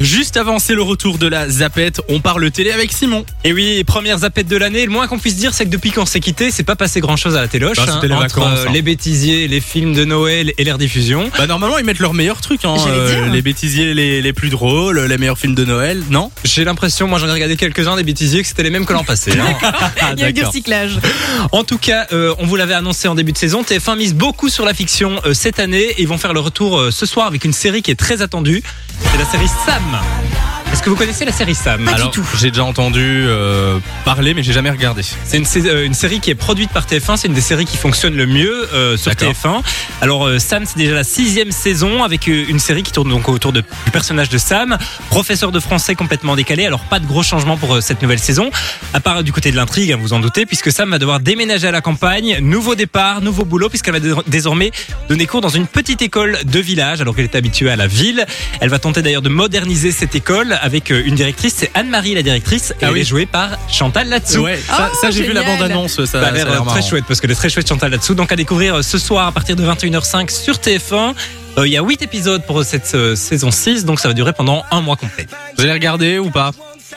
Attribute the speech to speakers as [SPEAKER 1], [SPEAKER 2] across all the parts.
[SPEAKER 1] Juste avant, c'est le retour de la zapette. On parle télé avec Simon.
[SPEAKER 2] Et oui, première zapette de l'année. Le moins qu'on puisse dire, c'est que depuis qu'on s'est quitté, c'est pas passé grand chose à la téloche.
[SPEAKER 1] Bah, c'était les
[SPEAKER 2] Entre,
[SPEAKER 1] vacances,
[SPEAKER 2] euh,
[SPEAKER 1] hein.
[SPEAKER 2] les bêtisiers, les films de Noël et leur diffusion.
[SPEAKER 1] Bah normalement ils mettent leurs meilleurs trucs, hein,
[SPEAKER 3] J'allais dire.
[SPEAKER 1] les bêtisiers les, les plus drôles, les meilleurs films de Noël, non
[SPEAKER 2] J'ai l'impression, moi j'en ai regardé quelques-uns des bêtisiers, que c'était les mêmes que l'an passé. hein.
[SPEAKER 1] Ah,
[SPEAKER 3] Il y a eu du recyclage.
[SPEAKER 2] En tout cas, euh, on vous l'avait annoncé en début de saison, TF1 mise beaucoup sur la fiction euh, cette année et ils vont faire le retour euh, ce soir avec une série qui est très attendue. C'est la série Sam. Est-ce que vous connaissez la série Sam
[SPEAKER 3] Pas du
[SPEAKER 2] Alors,
[SPEAKER 3] tout.
[SPEAKER 1] J'ai déjà entendu euh, parler mais j'ai jamais regardé.
[SPEAKER 2] C'est une, sais- euh, une série qui est produite par TF1, c'est une des séries qui fonctionne le mieux euh, sur
[SPEAKER 1] D'accord.
[SPEAKER 2] TF1. Alors euh, Sam, c'est déjà la sixième saison avec euh, une série qui tourne donc autour de- du personnage de Sam, professeur de français complètement décalé. Alors pas de gros changements pour euh, cette nouvelle saison, à part euh, du côté de l'intrigue, hein, vous en doutez, puisque Sam va devoir déménager à la campagne, nouveau départ, nouveau boulot, puisqu'elle va dé- désormais donner cours dans une petite école de village, alors qu'elle est habituée à la ville. Elle va tenter d'ailleurs de moderniser cette école avec euh, une directrice, c'est Anne-Marie la directrice, et
[SPEAKER 1] Ah
[SPEAKER 2] elle
[SPEAKER 1] oui.
[SPEAKER 2] est jouée par Chantal Latsou.
[SPEAKER 1] Ouais, ça,
[SPEAKER 3] Oh,
[SPEAKER 1] ça, j'ai vu la
[SPEAKER 3] génial.
[SPEAKER 1] bande annonce, ça,
[SPEAKER 2] Ça a
[SPEAKER 1] ça a
[SPEAKER 2] l'air euh,
[SPEAKER 1] l'air
[SPEAKER 2] très
[SPEAKER 1] marrant.
[SPEAKER 2] chouette parce que est très chouette Chantal là-dessous. Donc à découvrir euh, ce soir à partir de 21h05 sur TF1. Euh, Il y a 8 épisodes pour cette euh, saison 6, donc ça va durer pendant un mois complet.
[SPEAKER 1] Vous allez regarder ou pas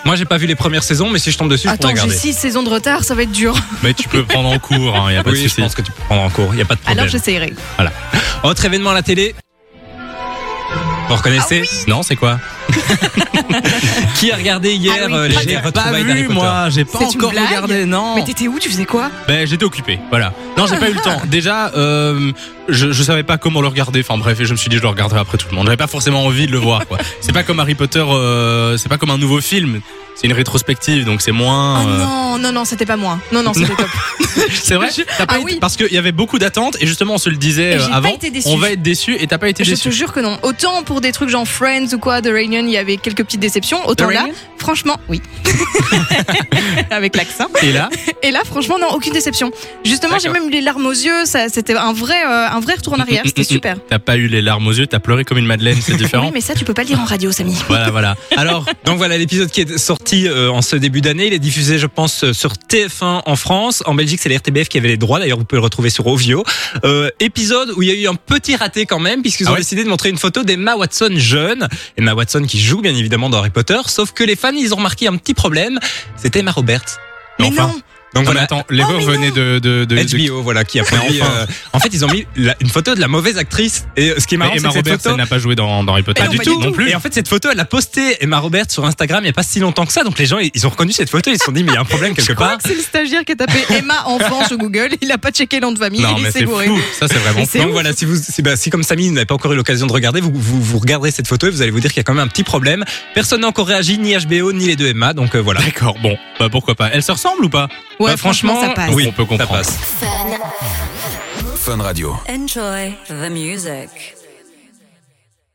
[SPEAKER 2] Moi j'ai pas vu les premières saisons, mais si je tombe dessus, je pourrais
[SPEAKER 3] Attends, j'ai
[SPEAKER 2] regarder.
[SPEAKER 3] 6 saisons de retard, ça va être dur.
[SPEAKER 1] Mais tu peux prendre en cours, il a pas de
[SPEAKER 2] Oui, je
[SPEAKER 1] souci.
[SPEAKER 2] pense que tu peux prendre en cours, il n'y a pas de problème.
[SPEAKER 3] Alors j'essayerai.
[SPEAKER 1] Oh.
[SPEAKER 2] Autre événement à la télé Vous reconnaissez
[SPEAKER 3] Ah
[SPEAKER 1] Non, c'est quoi
[SPEAKER 2] Qui a regardé hier
[SPEAKER 3] Ah oui.
[SPEAKER 2] euh,
[SPEAKER 3] Ah,
[SPEAKER 2] les retrouvailles d'Harry Potter
[SPEAKER 1] j'ai
[SPEAKER 3] C'est une blague
[SPEAKER 1] non.
[SPEAKER 3] Mais t'étais où Tu faisais quoi
[SPEAKER 1] Ben, j'étais occupé, voilà. Non, j'ai pas eu le temps. Déjà, euh, je, je savais pas comment le regarder. Enfin bref, et je me suis dit je le regarderai après tout le monde. J'avais pas forcément envie de le voir. quoi. C'est pas comme Harry Potter, euh, c'est pas comme un nouveau film. C'est une rétrospective, donc c'est
[SPEAKER 3] Oh
[SPEAKER 1] moins. euh,
[SPEAKER 3] non, non, non, c'était pas moi. Non, non, c'était top.
[SPEAKER 1] C'est vrai. T'as pas
[SPEAKER 3] Ah
[SPEAKER 1] été-
[SPEAKER 3] oui.
[SPEAKER 1] Parce qu'il y avait beaucoup d'attentes et justement on se le
[SPEAKER 3] Et
[SPEAKER 1] disait euh,
[SPEAKER 3] j'ai pas
[SPEAKER 1] avant.
[SPEAKER 3] été déçue.
[SPEAKER 1] on va être déçu et t'as pas été
[SPEAKER 3] Je te
[SPEAKER 1] déçu.
[SPEAKER 3] jure que non. Autant pour des trucs genre Friends ou quoi, The Reunion, il y avait quelques petites déceptions. Autant
[SPEAKER 1] The
[SPEAKER 3] là,
[SPEAKER 1] Reunion
[SPEAKER 3] franchement, oui. Avec l'accent.
[SPEAKER 1] Et là,
[SPEAKER 3] Et là, franchement, non, aucune déception. Justement, j'ai
[SPEAKER 1] D'accord.
[SPEAKER 3] même eu les larmes aux yeux. Ça, c'était un vrai, euh, un vrai retour en arrière. C'était super.
[SPEAKER 1] t'as pas eu les larmes aux yeux, t'as pleuré comme une madeleine, c'est
[SPEAKER 3] Oui,
[SPEAKER 1] différent.
[SPEAKER 3] mais ça, tu peux pas le dire en radio, Samy.
[SPEAKER 1] Voilà, voilà.
[SPEAKER 2] Alors, donc voilà l'épisode qui est sorti euh, en ce début d'année. Il est diffusé, je pense, euh, sur TF1 en France. En Belgique, c'est la RTBF qui avait les droits. D'ailleurs, vous pouvez le retrouver sur Ovio. Euh, épisode où il y a eu un petit raté quand même, puisqu'ils
[SPEAKER 1] Ah
[SPEAKER 2] ont
[SPEAKER 1] ouais
[SPEAKER 2] décidé de montrer une photo d'Emma Watson jeune. Emma Watson qui joue bien évidemment dans Harry Potter. Sauf que les fans, ils ont remarqué un petit problème. C'était Emma Roberts.
[SPEAKER 3] Mais
[SPEAKER 1] enfin.
[SPEAKER 3] non,
[SPEAKER 2] Donc
[SPEAKER 1] Non, Oh, mais
[SPEAKER 2] voilà.
[SPEAKER 1] attends, l'erreur
[SPEAKER 3] mais
[SPEAKER 1] venait de, de, de- de-
[SPEAKER 2] HBO, voilà, qui a pris.
[SPEAKER 1] enfin.
[SPEAKER 2] euh, en fait, ils ont mis la- une photo de la mauvaise actrice. Et ce qui est
[SPEAKER 1] Mais
[SPEAKER 2] marrant, c'est
[SPEAKER 1] Emma
[SPEAKER 2] que cette
[SPEAKER 1] Roberts,
[SPEAKER 2] photo,
[SPEAKER 1] elle n'a pas joué dans, dans Harry Potter.
[SPEAKER 3] Pas
[SPEAKER 2] Pas
[SPEAKER 3] non,
[SPEAKER 2] du tout
[SPEAKER 1] non plus.
[SPEAKER 2] Et en fait, cette photo, elle l'a postée Emma Roberts sur Instagram il n'y a pas si longtemps que ça. Donc les gens, ils ont reconnu cette photo. Ils se sont dit, mais il y a un problème quelque
[SPEAKER 3] je crois
[SPEAKER 2] part.
[SPEAKER 3] que c'est le stagiaire qui a tapé Emma enfant sur Google. Il a pas checké l'an de famille.
[SPEAKER 1] Non,
[SPEAKER 3] il
[SPEAKER 1] mais
[SPEAKER 3] s'est
[SPEAKER 1] c'est
[SPEAKER 3] gouré.
[SPEAKER 1] fou. Ça, c'est vraiment.
[SPEAKER 3] Mais c'est
[SPEAKER 2] Donc
[SPEAKER 3] ouf.
[SPEAKER 2] voilà, si, vous, si, bah, si comme Samy, vous n'avez pas encore eu l'occasion de regarder, vous, vous, vous regarderez cette photo et vous allez vous dire qu'il y a quand même un petit problème. Personne n'a encore réagi, ni HBO, ni les deux Emma. Donc euh, voilà.
[SPEAKER 1] D'accord, bon, bah pourquoi pas. Elles se ressemblent ou pas
[SPEAKER 3] Ouais,
[SPEAKER 2] Bah,
[SPEAKER 3] franchement, ça passe.
[SPEAKER 1] Donc,
[SPEAKER 2] Oui,
[SPEAKER 1] on peut
[SPEAKER 2] ça
[SPEAKER 1] comprendre.
[SPEAKER 2] passe.
[SPEAKER 4] Enjoy the music.